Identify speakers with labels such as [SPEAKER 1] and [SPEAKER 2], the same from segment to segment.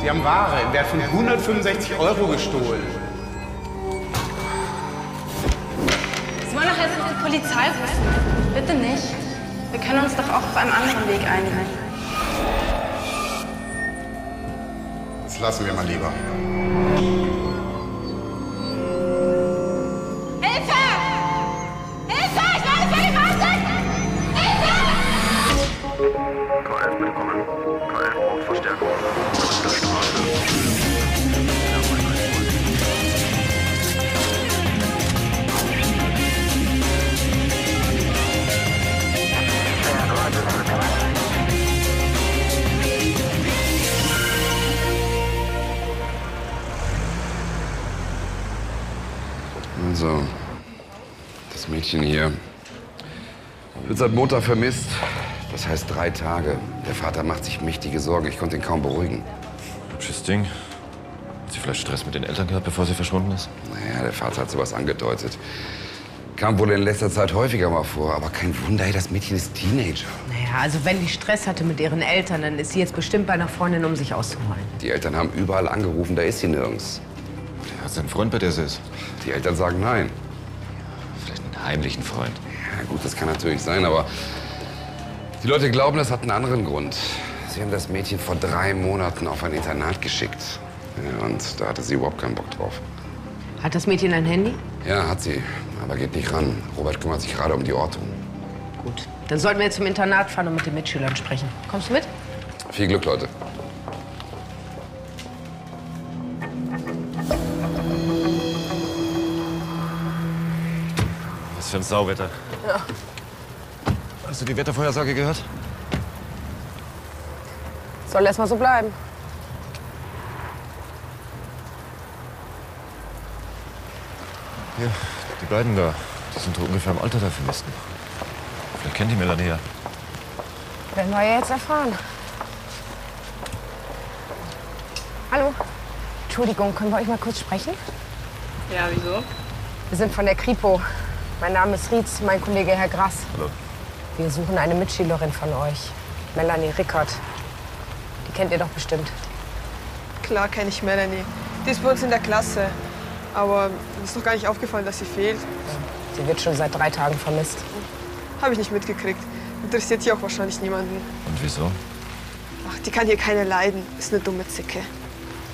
[SPEAKER 1] Sie haben Ware im Wert von 165 Euro gestohlen.
[SPEAKER 2] Sie wollen nachher die Polizei rufen? Bitte nicht. Wir können uns doch auch auf einem anderen Weg einigen.
[SPEAKER 1] Das lassen wir mal lieber.
[SPEAKER 2] Hilfe! Hilfe! Ich werde vergewaltigt! Hilfe!
[SPEAKER 3] K11 willkommen. K11 braucht Verstärkung. Auf der Straße.
[SPEAKER 4] Also, das Mädchen hier wird seit Montag vermisst. Das heißt drei Tage. Der Vater macht sich mächtige Sorgen. Ich konnte ihn kaum beruhigen.
[SPEAKER 5] Hübsches Ding. Hat sie vielleicht Stress mit den Eltern gehabt, bevor sie verschwunden ist?
[SPEAKER 4] Naja, der Vater hat sowas angedeutet. Kam wohl in letzter Zeit häufiger mal vor. Aber kein Wunder, ey, das Mädchen ist Teenager.
[SPEAKER 6] Naja, also wenn die Stress hatte mit ihren Eltern, dann ist sie jetzt bestimmt bei einer Freundin, um sich auszuholen.
[SPEAKER 4] Die Eltern haben überall angerufen, da ist sie nirgends.
[SPEAKER 5] Der hat seinen Freund, bei der sie ist.
[SPEAKER 4] Die Eltern sagen nein.
[SPEAKER 5] Vielleicht einen heimlichen Freund.
[SPEAKER 4] Ja, gut, das kann natürlich sein, aber die Leute glauben, das hat einen anderen Grund. Sie haben das Mädchen vor drei Monaten auf ein Internat geschickt. Ja, und da hatte sie überhaupt keinen Bock drauf.
[SPEAKER 6] Hat das Mädchen ein Handy?
[SPEAKER 4] Ja, hat sie, aber geht nicht ran. Robert kümmert sich gerade um die Ortung.
[SPEAKER 6] Gut. Dann sollten wir jetzt zum Internat fahren und mit den Mitschülern sprechen. Kommst du mit?
[SPEAKER 4] Viel Glück, Leute.
[SPEAKER 5] Was für ein Sauwetter. Ja. Hast du die Wettervorhersage gehört?
[SPEAKER 7] Soll erst mal so bleiben.
[SPEAKER 5] Hier, die beiden da. Die sind doch ungefähr im Alter der Vermissten. Vielleicht kennt die Melanie ja.
[SPEAKER 7] Werden wir ja jetzt erfahren. Hallo. Entschuldigung, können wir euch mal kurz sprechen?
[SPEAKER 2] Ja, wieso?
[SPEAKER 7] Wir sind von der Kripo. Mein Name ist Rietz, mein Kollege Herr Grass.
[SPEAKER 5] Hallo.
[SPEAKER 7] Wir suchen eine Mitschülerin von euch. Melanie Rickert. Die kennt ihr doch bestimmt.
[SPEAKER 8] Klar kenne ich Melanie. Die ist bei uns in der Klasse. Aber mir ist noch gar nicht aufgefallen, dass sie fehlt.
[SPEAKER 7] Sie wird schon seit drei Tagen vermisst.
[SPEAKER 8] Habe ich nicht mitgekriegt. Interessiert hier auch wahrscheinlich niemanden.
[SPEAKER 5] Und wieso?
[SPEAKER 8] Ach, die kann hier keiner leiden. Ist eine dumme Zicke.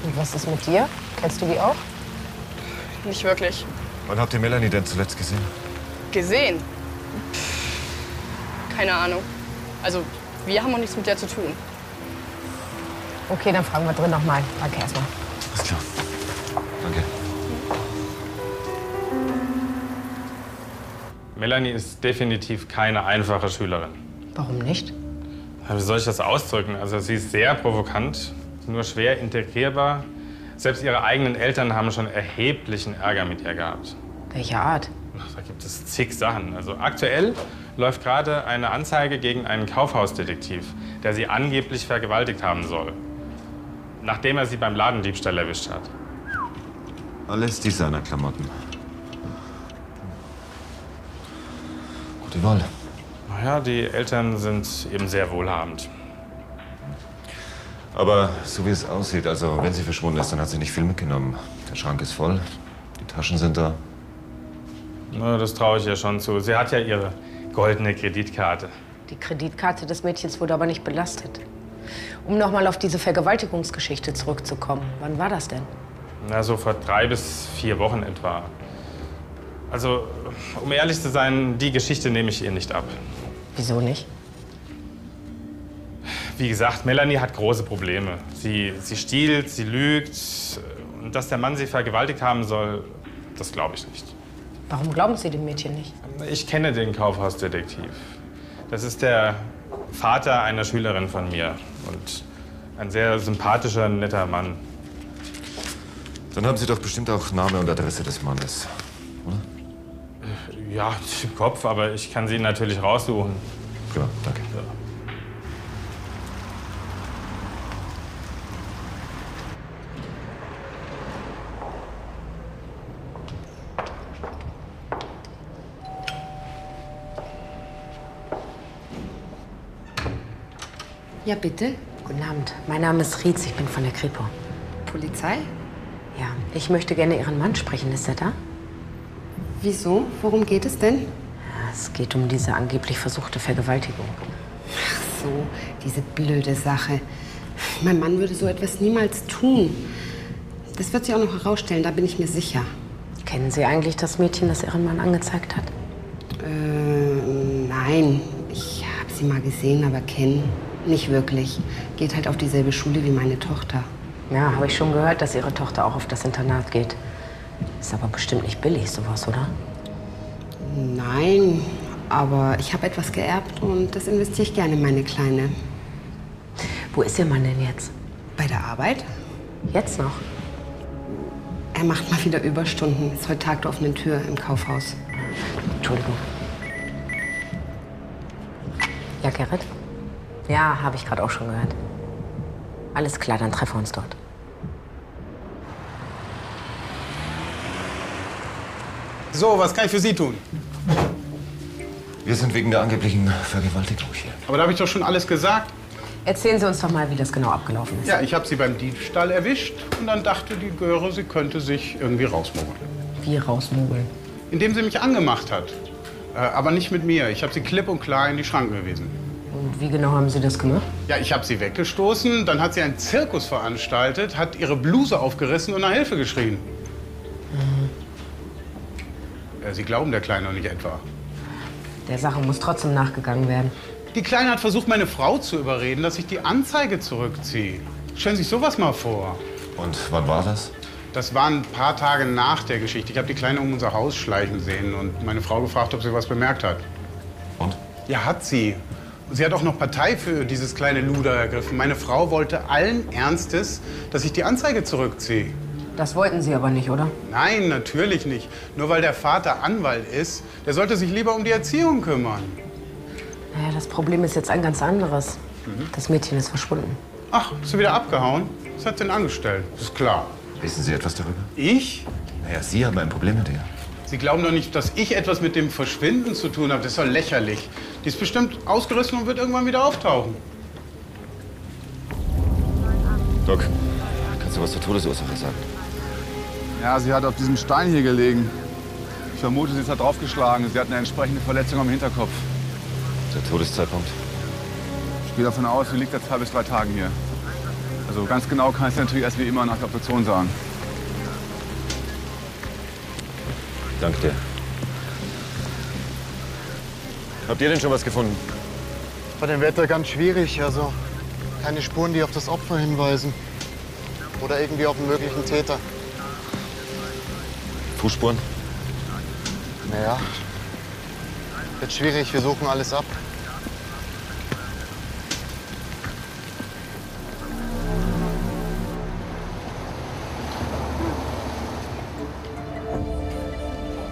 [SPEAKER 7] Und was ist mit dir? Kennst du die auch?
[SPEAKER 8] Nicht wirklich.
[SPEAKER 5] Wann habt ihr Melanie denn zuletzt gesehen?
[SPEAKER 9] Gesehen? Keine Ahnung. Also, wir haben auch nichts mit der zu tun.
[SPEAKER 7] Okay, dann fragen wir drin nochmal. Danke erstmal.
[SPEAKER 5] Alles klar. Danke.
[SPEAKER 10] Melanie ist definitiv keine einfache Schülerin.
[SPEAKER 6] Warum nicht?
[SPEAKER 10] Ja, Wie soll ich das ausdrücken? Also sie ist sehr provokant, nur schwer integrierbar. Selbst ihre eigenen Eltern haben schon erheblichen Ärger mit ihr gehabt.
[SPEAKER 6] Welche Art?
[SPEAKER 10] Ach, Da gibt es zig Sachen. Also aktuell läuft gerade eine Anzeige gegen einen Kaufhausdetektiv, der sie angeblich vergewaltigt haben soll, nachdem er sie beim Ladendiebstahl erwischt hat.
[SPEAKER 5] Alles Designerklamotten. Gute Wahl.
[SPEAKER 10] Naja, die Eltern sind eben sehr wohlhabend.
[SPEAKER 5] Aber so wie es aussieht, also wenn sie verschwunden ist, dann hat sie nicht viel mitgenommen. Der Schrank ist voll, die Taschen sind da.
[SPEAKER 10] Na, das traue ich ihr schon zu. Sie hat ja ihre goldene Kreditkarte.
[SPEAKER 6] Die Kreditkarte des Mädchens wurde aber nicht belastet. Um nochmal auf diese Vergewaltigungsgeschichte zurückzukommen. Wann war das denn?
[SPEAKER 10] Na, so vor drei bis vier Wochen etwa. Also, um ehrlich zu sein, die Geschichte nehme ich ihr nicht ab.
[SPEAKER 6] Wieso nicht?
[SPEAKER 10] Wie gesagt, Melanie hat große Probleme. Sie, sie stiehlt, sie lügt. Und dass der Mann sie vergewaltigt haben soll, das glaube ich nicht.
[SPEAKER 6] Warum glauben Sie dem Mädchen nicht?
[SPEAKER 10] Ich kenne den Kaufhausdetektiv. Das ist der Vater einer Schülerin von mir. Und ein sehr sympathischer, netter Mann.
[SPEAKER 5] Dann haben sie doch bestimmt auch Name und Adresse des Mannes.
[SPEAKER 10] Ja, im Kopf, aber ich kann sie natürlich raussuchen.
[SPEAKER 5] Prima, danke.
[SPEAKER 6] Ja, bitte. Guten Abend. Mein Name ist Rietz, ich bin von der Kripo.
[SPEAKER 11] Polizei?
[SPEAKER 6] Ja, ich möchte gerne Ihren Mann sprechen. Ist er da?
[SPEAKER 11] Wieso? Worum geht es denn?
[SPEAKER 6] Es geht um diese angeblich versuchte Vergewaltigung.
[SPEAKER 11] Ach so, diese blöde Sache. Mein Mann würde so etwas niemals tun. Das wird sich auch noch herausstellen, da bin ich mir sicher.
[SPEAKER 6] Kennen Sie eigentlich das Mädchen, das Ihren Mann angezeigt hat?
[SPEAKER 11] Äh, nein. Ich habe sie mal gesehen, aber kennen nicht wirklich. Geht halt auf dieselbe Schule wie meine Tochter.
[SPEAKER 6] Ja, habe ich schon gehört, dass Ihre Tochter auch auf das Internat geht. Ist aber bestimmt nicht billig, sowas, oder?
[SPEAKER 11] Nein, aber ich habe etwas geerbt und das investiere ich gerne in meine Kleine.
[SPEAKER 6] Wo ist Ihr Mann denn jetzt?
[SPEAKER 11] Bei der Arbeit.
[SPEAKER 6] Jetzt noch?
[SPEAKER 11] Er macht mal wieder Überstunden. Ist heute Tag der offenen Tür im Kaufhaus.
[SPEAKER 6] Entschuldigung. Ja, Gerrit? Ja, habe ich gerade auch schon gehört. Alles klar, dann treffen wir uns dort.
[SPEAKER 1] So, was kann ich für Sie tun?
[SPEAKER 5] Wir sind wegen der angeblichen Vergewaltigung hier.
[SPEAKER 1] Aber da habe ich doch schon alles gesagt.
[SPEAKER 6] Erzählen Sie uns doch mal, wie das genau abgelaufen ist.
[SPEAKER 1] Ja, ich habe sie beim Diebstahl erwischt und dann dachte die Göre, sie könnte sich irgendwie rausmogeln.
[SPEAKER 6] Wie rausmogeln?
[SPEAKER 1] Indem sie mich angemacht hat. Äh, aber nicht mit mir. Ich habe sie klipp und klar in die Schranken gewiesen.
[SPEAKER 6] Und wie genau haben Sie das gemacht?
[SPEAKER 1] Ja, ich habe sie weggestoßen, dann hat sie einen Zirkus veranstaltet, hat ihre Bluse aufgerissen und nach Hilfe geschrien. Äh, Sie glauben der Kleinen doch nicht etwa.
[SPEAKER 6] Der Sache muss trotzdem nachgegangen werden.
[SPEAKER 1] Die Kleine hat versucht, meine Frau zu überreden, dass ich die Anzeige zurückziehe. Stellen Sie sich sowas mal vor.
[SPEAKER 5] Und wann war das?
[SPEAKER 1] Das war ein paar Tage nach der Geschichte. Ich habe die Kleine um unser Haus schleichen sehen und meine Frau gefragt, ob sie was bemerkt hat.
[SPEAKER 5] Und?
[SPEAKER 1] Ja, hat sie. Und Sie hat auch noch Partei für dieses kleine Luder ergriffen. Meine Frau wollte allen Ernstes, dass ich die Anzeige zurückziehe.
[SPEAKER 6] Das wollten Sie aber nicht, oder?
[SPEAKER 1] Nein, natürlich nicht. Nur weil der Vater Anwalt ist, der sollte sich lieber um die Erziehung kümmern.
[SPEAKER 6] Naja, das Problem ist jetzt ein ganz anderes.
[SPEAKER 1] Mhm.
[SPEAKER 6] Das Mädchen ist verschwunden.
[SPEAKER 1] Ach, ist sie wieder abgehauen? Was hat sie denn angestellt? Ist klar.
[SPEAKER 5] Wissen Sie etwas darüber?
[SPEAKER 1] Ich?
[SPEAKER 5] Naja, Sie haben ein Problem mit ihr.
[SPEAKER 1] Sie glauben doch nicht, dass ich etwas mit dem Verschwinden zu tun habe. Das ist doch lächerlich. Die ist bestimmt ausgerissen und wird irgendwann wieder auftauchen.
[SPEAKER 5] Doc, kannst du was zur Todesursache sagen?
[SPEAKER 12] Ja, sie hat auf diesem Stein hier gelegen. Ich vermute, sie ist da draufgeschlagen. Sie hat eine entsprechende Verletzung am Hinterkopf.
[SPEAKER 5] Der Todeszeitpunkt?
[SPEAKER 12] Ich gehe davon aus, sie liegt seit zwei bis drei Tagen hier. Also ganz genau kann ich sie natürlich erst wie immer nach der Obduktion sagen.
[SPEAKER 5] Danke dir. Habt ihr denn schon was gefunden?
[SPEAKER 13] Bei dem Wetter ganz schwierig, also keine Spuren, die auf das Opfer hinweisen. Oder irgendwie auf einen möglichen Täter.
[SPEAKER 5] Fußspuren?
[SPEAKER 13] Naja, wird schwierig, wir suchen alles ab.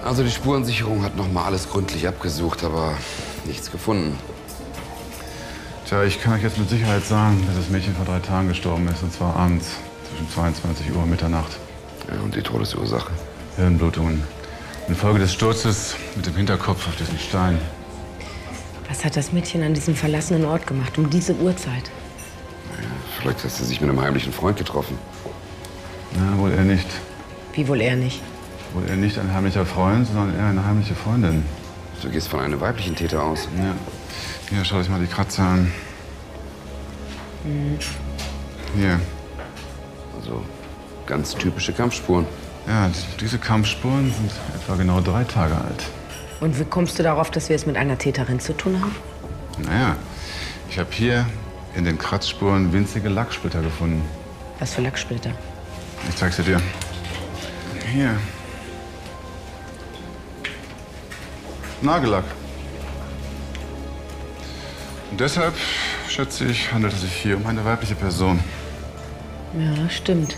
[SPEAKER 4] Also die Spurensicherung hat noch mal alles gründlich abgesucht, aber nichts gefunden.
[SPEAKER 12] Tja, ich kann euch jetzt mit Sicherheit sagen, dass das Mädchen vor drei Tagen gestorben ist. Und zwar abends zwischen 22 Uhr und Mitternacht.
[SPEAKER 4] und die Todesursache?
[SPEAKER 12] Hirnblutungen. Infolge des Sturzes mit dem Hinterkopf auf diesen Stein.
[SPEAKER 6] Was hat das Mädchen an diesem verlassenen Ort gemacht, um diese Uhrzeit?
[SPEAKER 4] Vielleicht hat sie sich mit einem heimlichen Freund getroffen.
[SPEAKER 12] Na, wohl eher nicht.
[SPEAKER 6] Wie wohl eher nicht?
[SPEAKER 12] Wohl eher nicht ein heimlicher Freund, sondern eher eine heimliche Freundin.
[SPEAKER 4] Du gehst von einem weiblichen Täter aus.
[SPEAKER 12] Ja. Hier, schau dich mal die Kratzer an. Hier.
[SPEAKER 4] Also ganz typische Kampfspuren.
[SPEAKER 12] Ja, diese Kampfspuren sind etwa genau drei Tage alt.
[SPEAKER 6] Und wie kommst du darauf, dass wir es mit einer Täterin zu tun haben?
[SPEAKER 12] Naja, ich habe hier in den Kratzspuren winzige Lacksplitter gefunden.
[SPEAKER 6] Was für Lacksplitter?
[SPEAKER 12] Ich zeig's dir dir. Hier. Nagellack. Und deshalb, schätze ich, handelt es sich hier um eine weibliche Person.
[SPEAKER 6] Ja, stimmt.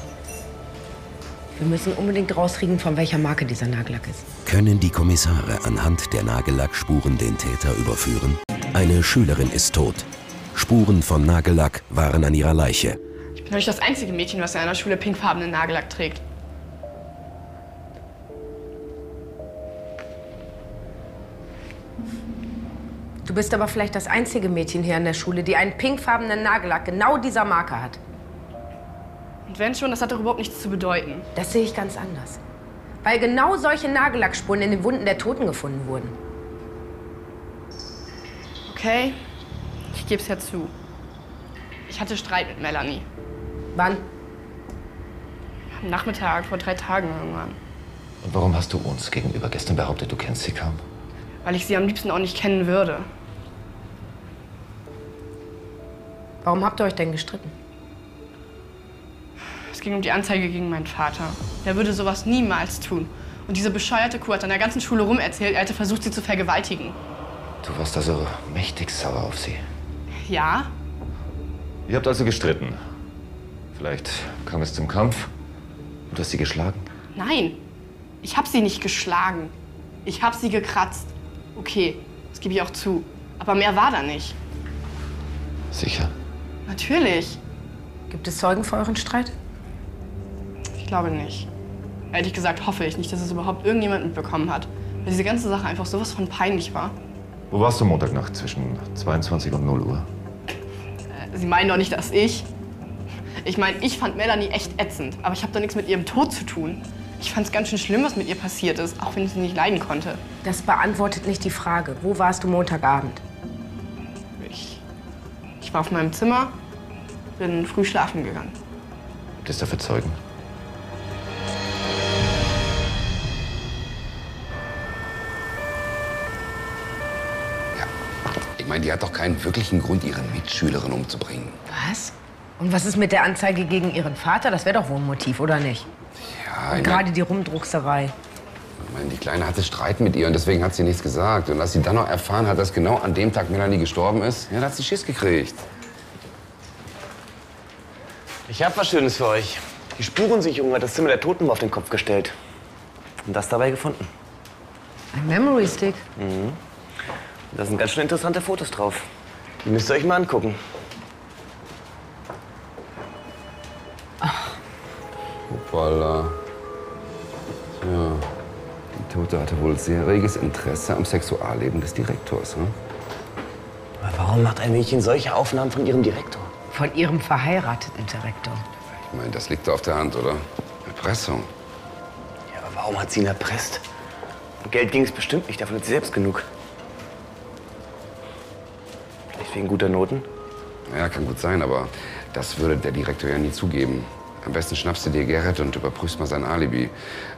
[SPEAKER 6] Wir müssen unbedingt rauskriegen, von welcher Marke dieser Nagellack ist.
[SPEAKER 14] Können die Kommissare anhand der Nagellackspuren den Täter überführen? Eine Schülerin ist tot. Spuren von Nagellack waren an ihrer Leiche.
[SPEAKER 9] Ich bin doch nicht das einzige Mädchen, was in einer Schule pinkfarbenen Nagellack trägt.
[SPEAKER 6] Du bist aber vielleicht das einzige Mädchen hier an der Schule, die einen pinkfarbenen Nagellack genau dieser Marke hat.
[SPEAKER 9] Und wenn schon, das hat doch überhaupt nichts zu bedeuten.
[SPEAKER 6] Das sehe ich ganz anders. Weil genau solche Nagellackspuren in den Wunden der Toten gefunden wurden.
[SPEAKER 9] Okay, ich geb's ja zu. Ich hatte Streit mit Melanie.
[SPEAKER 6] Wann?
[SPEAKER 9] Am Nachmittag, vor drei Tagen irgendwann.
[SPEAKER 15] Und warum hast du uns gegenüber gestern behauptet, du kennst sie kaum?
[SPEAKER 9] Weil ich sie am liebsten auch nicht kennen würde.
[SPEAKER 6] Warum habt ihr euch denn gestritten?
[SPEAKER 9] Es ging um die Anzeige gegen meinen Vater. Der würde sowas niemals tun. Und diese bescheuerte Kuh hat an der ganzen Schule rumerzählt, er hätte versucht, sie zu vergewaltigen.
[SPEAKER 15] Du warst also mächtig sauer auf sie.
[SPEAKER 9] Ja,
[SPEAKER 15] Ihr habt also gestritten. Vielleicht kam es zum Kampf. Und du hast sie geschlagen.
[SPEAKER 9] Nein, ich habe sie nicht geschlagen. Ich habe sie gekratzt. Okay, das gebe ich auch zu. Aber mehr war da nicht.
[SPEAKER 15] Sicher.
[SPEAKER 9] Natürlich.
[SPEAKER 6] Gibt es Zeugen für euren Streit?
[SPEAKER 9] Ich glaube nicht. Ehrlich gesagt hoffe ich nicht, dass es überhaupt irgendjemand mitbekommen hat. Weil diese ganze Sache einfach sowas von peinlich war.
[SPEAKER 15] Wo warst du Montagnacht zwischen 22 und 0 Uhr?
[SPEAKER 9] Äh, Sie meinen doch nicht, dass ich. Ich meine, ich fand Melanie echt ätzend, aber ich habe doch nichts mit ihrem Tod zu tun. Ich fand es ganz schön schlimm, was mit ihr passiert ist, auch wenn ich sie nicht leiden konnte.
[SPEAKER 6] Das beantwortet nicht die Frage. Wo warst du Montagabend?
[SPEAKER 9] Ich, ich war auf meinem Zimmer, bin früh schlafen gegangen.
[SPEAKER 15] Gibt es dafür Zeugen?
[SPEAKER 4] Ich meine, die hat doch keinen wirklichen Grund, ihre Mitschülerin umzubringen.
[SPEAKER 6] Was? Und was ist mit der Anzeige gegen ihren Vater? Das wäre doch wohl ein Motiv, oder nicht?
[SPEAKER 4] Ja,
[SPEAKER 6] Und
[SPEAKER 4] ich meine,
[SPEAKER 6] gerade die Rumdruckserei.
[SPEAKER 4] ich meine, die Kleine hatte Streit mit ihr und deswegen hat sie nichts gesagt. Und als sie dann noch erfahren hat, dass genau an dem Tag Melanie gestorben ist, ja, da hat sie Schiss gekriegt.
[SPEAKER 15] Ich hab was Schönes für euch. Die Spurensicherung hat das Zimmer der Toten mal auf den Kopf gestellt. Und das dabei gefunden.
[SPEAKER 6] Ein Memory Stick.
[SPEAKER 15] Mhm. Da sind ganz schön interessante Fotos drauf. Die müsst ihr euch mal angucken.
[SPEAKER 4] Hoppala. Ja. Die Tote hatte wohl sehr reges Interesse am Sexualleben des Direktors. Ne?
[SPEAKER 15] Aber warum macht ein Mädchen solche Aufnahmen von ihrem Direktor?
[SPEAKER 6] Von ihrem verheirateten Direktor.
[SPEAKER 4] Ich meine, das liegt auf der Hand, oder? Erpressung.
[SPEAKER 15] Ja, aber warum hat sie ihn erpresst? Um Geld ging es bestimmt nicht, davon hat sie selbst genug. Vielleicht wegen guter Noten?
[SPEAKER 4] Ja, kann gut sein, aber das würde der Direktor ja nie zugeben. Am besten schnappst du dir Gerrit und überprüfst mal sein Alibi.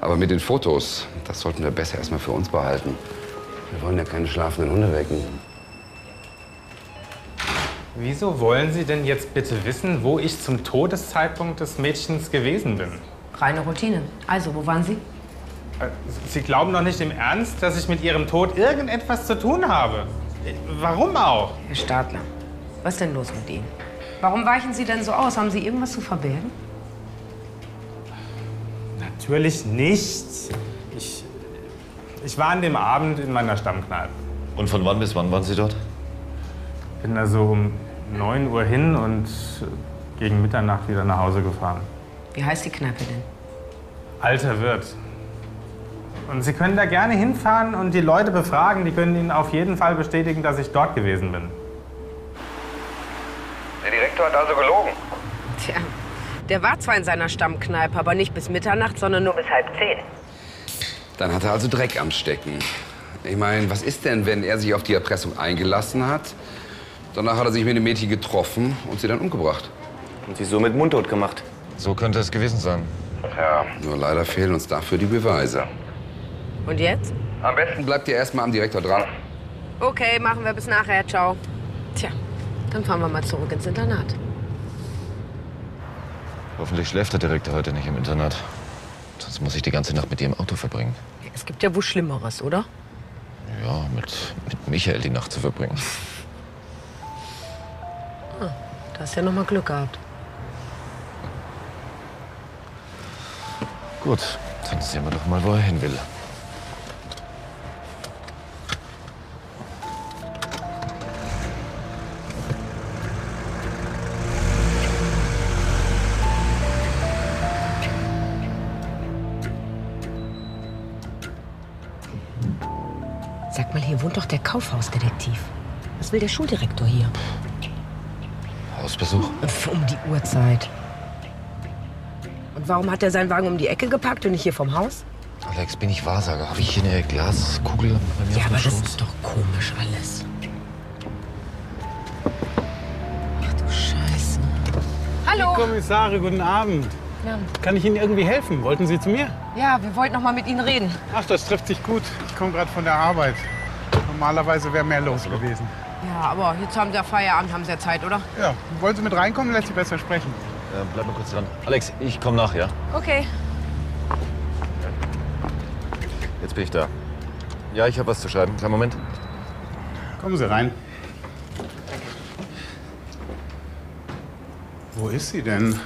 [SPEAKER 4] Aber mit den Fotos, das sollten wir besser erstmal für uns behalten. Wir wollen ja keine schlafenden Hunde wecken.
[SPEAKER 10] Wieso wollen Sie denn jetzt bitte wissen, wo ich zum Todeszeitpunkt des Mädchens gewesen bin?
[SPEAKER 6] Reine Routine. Also, wo waren Sie?
[SPEAKER 10] Äh, Sie glauben doch nicht im Ernst, dass ich mit Ihrem Tod irgendetwas zu tun habe. Äh, Warum auch?
[SPEAKER 6] Herr Stadler, was ist denn los mit Ihnen? Warum weichen Sie denn so aus? Haben Sie irgendwas zu verbergen?
[SPEAKER 10] Natürlich nicht. Ich, ich war an dem Abend in meiner Stammkneipe.
[SPEAKER 15] Und von wann bis wann waren Sie dort?
[SPEAKER 10] Bin da so um 9 Uhr hin und äh, gegen Mitternacht wieder nach Hause gefahren.
[SPEAKER 6] Wie heißt die Kneipe denn?
[SPEAKER 10] Alter Wirt. Und Sie können da gerne hinfahren und die Leute befragen. Die können Ihnen auf jeden Fall bestätigen, dass ich dort gewesen bin.
[SPEAKER 3] Der Direktor hat also gelogen.
[SPEAKER 6] Tja, der war zwar in seiner Stammkneipe, aber nicht bis Mitternacht, sondern nur bis halb zehn.
[SPEAKER 4] Dann hat er also Dreck am Stecken. Ich meine, was ist denn, wenn er sich auf die Erpressung eingelassen hat? Danach hat er sich mit dem Mädchen getroffen und sie dann umgebracht.
[SPEAKER 15] Und sie somit mundtot gemacht.
[SPEAKER 4] So könnte es gewesen sein. Ja, nur leider fehlen uns dafür die Beweise.
[SPEAKER 6] Und jetzt?
[SPEAKER 4] Am besten bleibt ihr erstmal am Direktor dran.
[SPEAKER 6] Okay, machen wir bis nachher. Ciao. Tja, dann fahren wir mal zurück ins Internat.
[SPEAKER 5] Hoffentlich schläft der Direktor heute nicht im Internat. Sonst muss ich die ganze Nacht mit dir im Auto verbringen.
[SPEAKER 6] Es gibt ja wohl Schlimmeres, oder?
[SPEAKER 5] Ja, mit, mit Michael die Nacht zu verbringen.
[SPEAKER 6] Ah, da hast du ja noch mal Glück gehabt.
[SPEAKER 5] Gut, dann sehen wir doch mal, wo er hin will.
[SPEAKER 6] Sag mal, hier wohnt doch der Kaufhausdetektiv. Was will der Schuldirektor hier?
[SPEAKER 5] Hausbesuch?
[SPEAKER 6] Pff, Um die Uhrzeit.
[SPEAKER 7] Und warum hat er seinen Wagen um die Ecke geparkt und nicht hier vom Haus?
[SPEAKER 5] Alex, bin ich Wahrsager? Habe ich hier eine Glaskugel bei mir
[SPEAKER 7] Ja,
[SPEAKER 5] auf dem
[SPEAKER 7] aber das
[SPEAKER 5] Schoß?
[SPEAKER 7] ist doch
[SPEAKER 11] Komisch alles.
[SPEAKER 1] Scheiße.
[SPEAKER 6] Hallo.
[SPEAKER 1] Die Kommissare, guten Abend.
[SPEAKER 6] Ja.
[SPEAKER 1] Kann ich Ihnen irgendwie helfen? Wollten Sie zu mir?
[SPEAKER 6] Ja, wir wollten noch mal mit Ihnen reden.
[SPEAKER 1] Ach, das trifft sich gut. Ich komme gerade von der Arbeit. Normalerweise wäre mehr los gewesen.
[SPEAKER 6] Ja, aber jetzt haben Sie ja Feierabend, haben Sie ja Zeit, oder?
[SPEAKER 1] Ja, wollen Sie mit reinkommen? Lässt sich besser sprechen.
[SPEAKER 5] Äh, bleib mal kurz dran. Alex, ich komm nach, ja?
[SPEAKER 6] Okay.
[SPEAKER 5] Jetzt bin ich da. Ja, ich habe was zu schreiben. Kleinen Moment.
[SPEAKER 1] Kommen Sie rein. Wo ist sie denn?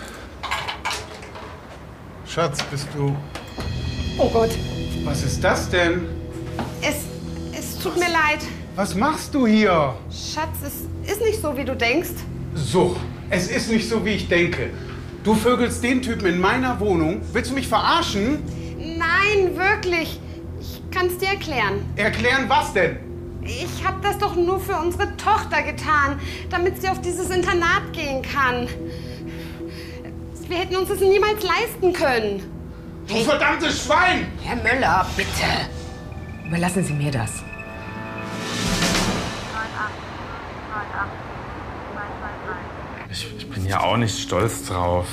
[SPEAKER 1] Schatz, bist du.
[SPEAKER 11] Oh Gott.
[SPEAKER 1] Was ist das denn?
[SPEAKER 11] Es, es tut mir leid.
[SPEAKER 1] Was machst du hier?
[SPEAKER 11] Schatz, es ist nicht so, wie du denkst.
[SPEAKER 1] So, es ist nicht so, wie ich denke. Du vögelst den Typen in meiner Wohnung. Willst du mich verarschen?
[SPEAKER 11] Nein, wirklich. Ich kann es dir erklären.
[SPEAKER 1] Erklären was denn?
[SPEAKER 11] Ich habe das doch nur für unsere Tochter getan, damit sie auf dieses Internat gehen kann. Wir hätten uns das niemals leisten können.
[SPEAKER 1] Du verdammtes Schwein!
[SPEAKER 6] Herr Möller, bitte. Überlassen Sie mir das.
[SPEAKER 10] Ich, ich bin ja auch nicht stolz drauf.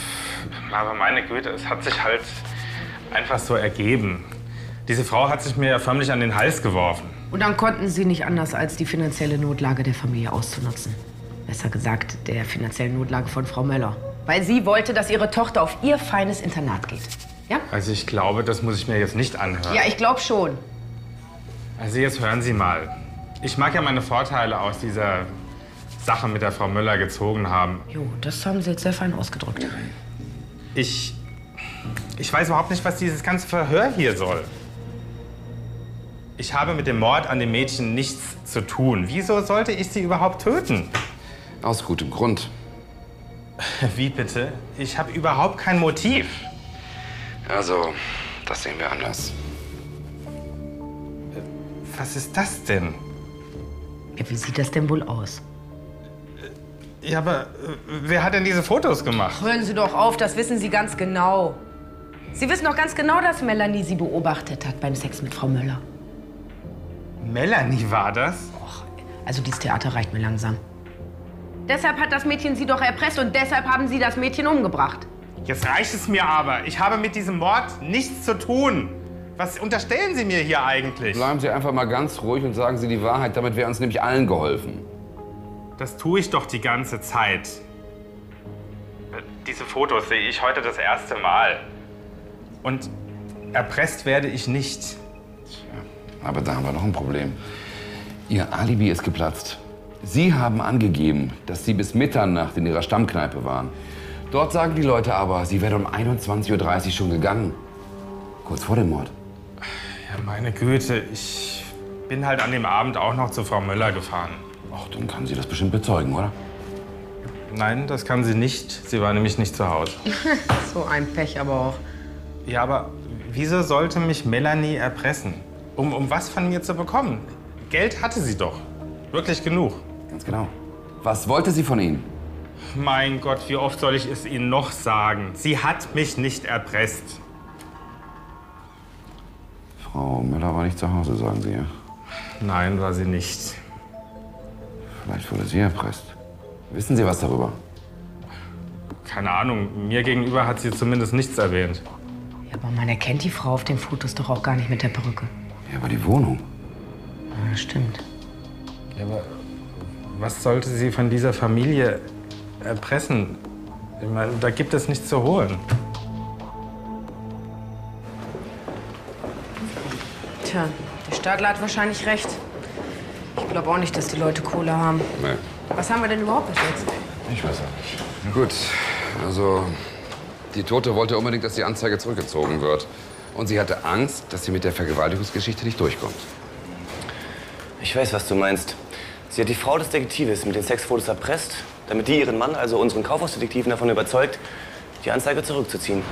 [SPEAKER 10] Aber meine Güte, es hat sich halt einfach so ergeben. Diese Frau hat sich mir ja förmlich an den Hals geworfen.
[SPEAKER 6] Und dann konnten Sie nicht anders, als die finanzielle Notlage der Familie auszunutzen. Besser gesagt, der finanziellen Notlage von Frau Möller. Weil sie wollte, dass ihre Tochter auf ihr feines Internat geht. Ja?
[SPEAKER 10] Also ich glaube, das muss ich mir jetzt nicht anhören.
[SPEAKER 6] Ja, ich glaube schon.
[SPEAKER 10] Also jetzt hören Sie mal. Ich mag ja meine Vorteile aus dieser Sache mit der Frau Müller gezogen haben.
[SPEAKER 6] Jo, das haben Sie jetzt sehr fein ausgedrückt.
[SPEAKER 10] Ich. Ich weiß überhaupt nicht, was dieses ganze Verhör hier soll. Ich habe mit dem Mord an dem Mädchen nichts zu tun. Wieso sollte ich sie überhaupt töten?
[SPEAKER 4] Aus gutem Grund.
[SPEAKER 10] Wie bitte? Ich habe überhaupt kein Motiv.
[SPEAKER 4] Also, das sehen wir anders.
[SPEAKER 10] Was ist das denn?
[SPEAKER 6] Ja, wie sieht das denn wohl aus?
[SPEAKER 10] Ja, aber äh, wer hat denn diese Fotos gemacht?
[SPEAKER 6] Hören Sie doch auf, das wissen Sie ganz genau. Sie wissen doch ganz genau, dass Melanie Sie beobachtet hat beim Sex mit Frau Möller.
[SPEAKER 10] Melanie war das?
[SPEAKER 6] Also dieses Theater reicht mir langsam. Deshalb hat das Mädchen Sie doch erpresst und deshalb haben Sie das Mädchen umgebracht.
[SPEAKER 10] Jetzt reicht es mir aber. Ich habe mit diesem Mord nichts zu tun. Was unterstellen Sie mir hier eigentlich?
[SPEAKER 4] Bleiben Sie einfach mal ganz ruhig und sagen Sie die Wahrheit. Damit wäre uns nämlich allen geholfen.
[SPEAKER 10] Das tue ich doch die ganze Zeit. Äh, Diese Fotos sehe ich heute das erste Mal. Und erpresst werde ich nicht.
[SPEAKER 4] Aber da haben wir noch ein Problem. Ihr Alibi ist geplatzt. Sie haben angegeben, dass Sie bis Mitternacht in Ihrer Stammkneipe waren. Dort sagen die Leute aber, Sie wären um 21.30 Uhr schon gegangen. Kurz vor dem Mord.
[SPEAKER 10] Ja, meine Güte, ich bin halt an dem Abend auch noch zu Frau Müller gefahren.
[SPEAKER 4] Ach, dann kann sie das bestimmt bezeugen, oder?
[SPEAKER 10] Nein, das kann sie nicht. Sie war nämlich nicht zu Hause.
[SPEAKER 6] so ein Pech aber auch.
[SPEAKER 10] Ja, aber wieso sollte mich Melanie erpressen? Um, um was von mir zu bekommen? Geld hatte sie doch. Wirklich genug.
[SPEAKER 4] Ganz genau. Was wollte sie von Ihnen?
[SPEAKER 10] Mein Gott, wie oft soll ich es Ihnen noch sagen? Sie hat mich nicht erpresst.
[SPEAKER 4] Frau Müller war nicht zu Hause, sagen Sie, ja?
[SPEAKER 10] Nein, war sie nicht.
[SPEAKER 4] Vielleicht wurde sie erpresst. Wissen Sie was darüber?
[SPEAKER 10] Keine Ahnung, mir gegenüber hat sie zumindest nichts erwähnt.
[SPEAKER 6] Ja, aber man erkennt die Frau auf den Fotos doch auch gar nicht mit der Perücke.
[SPEAKER 4] Ja, aber die Wohnung.
[SPEAKER 6] Ja, stimmt.
[SPEAKER 10] Ja, aber was sollte sie von dieser Familie erpressen? Ich meine, da gibt es nichts zu holen.
[SPEAKER 6] Tja, der Stadler hat wahrscheinlich recht. Ich glaube auch nicht, dass die Leute Kohle haben.
[SPEAKER 4] Nein.
[SPEAKER 6] Was haben wir denn überhaupt bis jetzt?
[SPEAKER 4] Ich weiß auch nicht. Gut, also die Tote wollte unbedingt, dass die Anzeige zurückgezogen wird. Und sie hatte Angst, dass sie mit der Vergewaltigungsgeschichte nicht durchkommt.
[SPEAKER 15] Ich weiß, was du meinst. Sie hat die Frau des Detektives mit den Sexfotos erpresst, damit die ihren Mann, also unseren Kaufhausdetektiven, davon überzeugt, die Anzeige zurückzuziehen.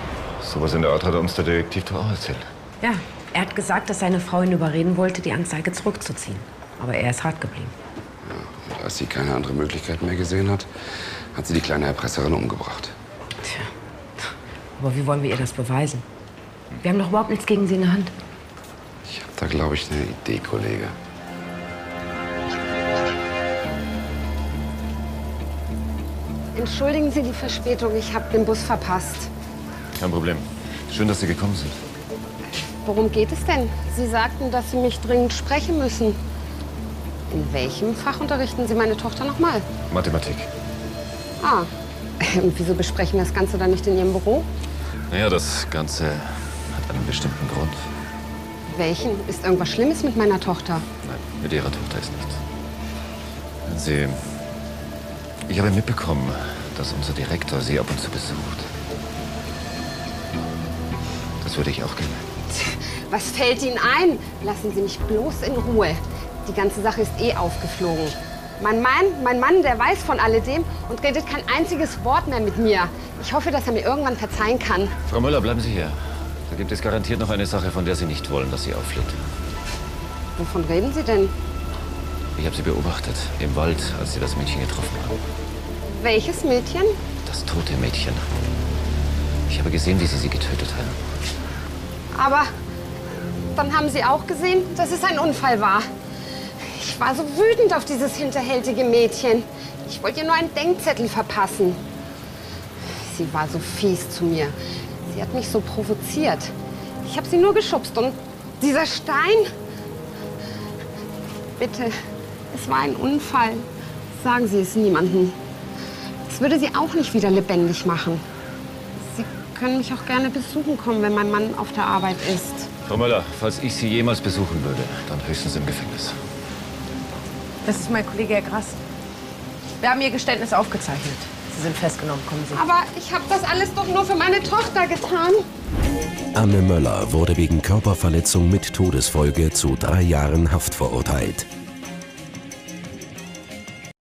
[SPEAKER 5] Sowas in der Art hat uns der Detektiv doch auch erzählt.
[SPEAKER 6] Ja, er hat gesagt, dass seine Frau ihn überreden wollte, die Anzeige zurückzuziehen. Aber er ist hart geblieben.
[SPEAKER 4] Und als sie keine andere Möglichkeit mehr gesehen hat, hat sie die kleine Erpresserin umgebracht.
[SPEAKER 6] Aber wie wollen wir ihr das beweisen? Wir haben doch überhaupt nichts gegen sie in der Hand.
[SPEAKER 4] Da glaube ich eine Idee, Kollege.
[SPEAKER 11] Entschuldigen Sie die Verspätung, ich habe den Bus verpasst.
[SPEAKER 5] Kein Problem. Schön, dass Sie gekommen sind.
[SPEAKER 11] Worum geht es denn? Sie sagten, dass Sie mich dringend sprechen müssen. In welchem Fach unterrichten Sie meine Tochter nochmal?
[SPEAKER 5] Mathematik.
[SPEAKER 11] Ah, und wieso besprechen wir das Ganze dann nicht in Ihrem Büro?
[SPEAKER 5] Naja, das Ganze hat einen bestimmten Grund.
[SPEAKER 11] Welchen? Ist irgendwas Schlimmes mit meiner Tochter?
[SPEAKER 5] Nein, mit Ihrer Tochter ist nichts. Hören Sie, ich habe mitbekommen, dass unser Direktor Sie ab und zu besucht. Das würde ich auch gerne.
[SPEAKER 11] Was fällt Ihnen ein? Lassen Sie mich bloß in Ruhe. Die ganze Sache ist eh aufgeflogen. Mein Mann, mein Mann, der weiß von alledem und redet kein einziges Wort mehr mit mir. Ich hoffe, dass er mir irgendwann verzeihen kann.
[SPEAKER 5] Frau Müller, bleiben Sie hier. Da gibt es garantiert noch eine Sache, von der Sie nicht wollen, dass sie auffliegt.
[SPEAKER 11] Wovon reden Sie denn?
[SPEAKER 5] Ich habe Sie beobachtet im Wald, als Sie das Mädchen getroffen haben.
[SPEAKER 11] Welches Mädchen?
[SPEAKER 5] Das tote Mädchen. Ich habe gesehen, wie Sie sie getötet haben.
[SPEAKER 11] Aber dann haben Sie auch gesehen, dass es ein Unfall war. Ich war so wütend auf dieses hinterhältige Mädchen. Ich wollte ihr nur einen Denkzettel verpassen. Sie war so fies zu mir. Sie hat mich so provoziert. Ich habe sie nur geschubst und dieser Stein. Bitte, es war ein Unfall. Sagen Sie es niemandem. Das würde sie auch nicht wieder lebendig machen. Sie können mich auch gerne besuchen kommen, wenn mein Mann auf der Arbeit ist.
[SPEAKER 5] Frau Müller, falls ich Sie jemals besuchen würde, dann höchstens im Gefängnis.
[SPEAKER 6] Das ist mein Kollege Herr Grass. Wir haben Ihr Geständnis aufgezeichnet. Sie sind festgenommen, kommen Sie.
[SPEAKER 11] Aber ich habe das alles doch nur für meine Tochter getan.
[SPEAKER 14] Anne Möller wurde wegen Körperverletzung mit Todesfolge zu drei Jahren Haft verurteilt.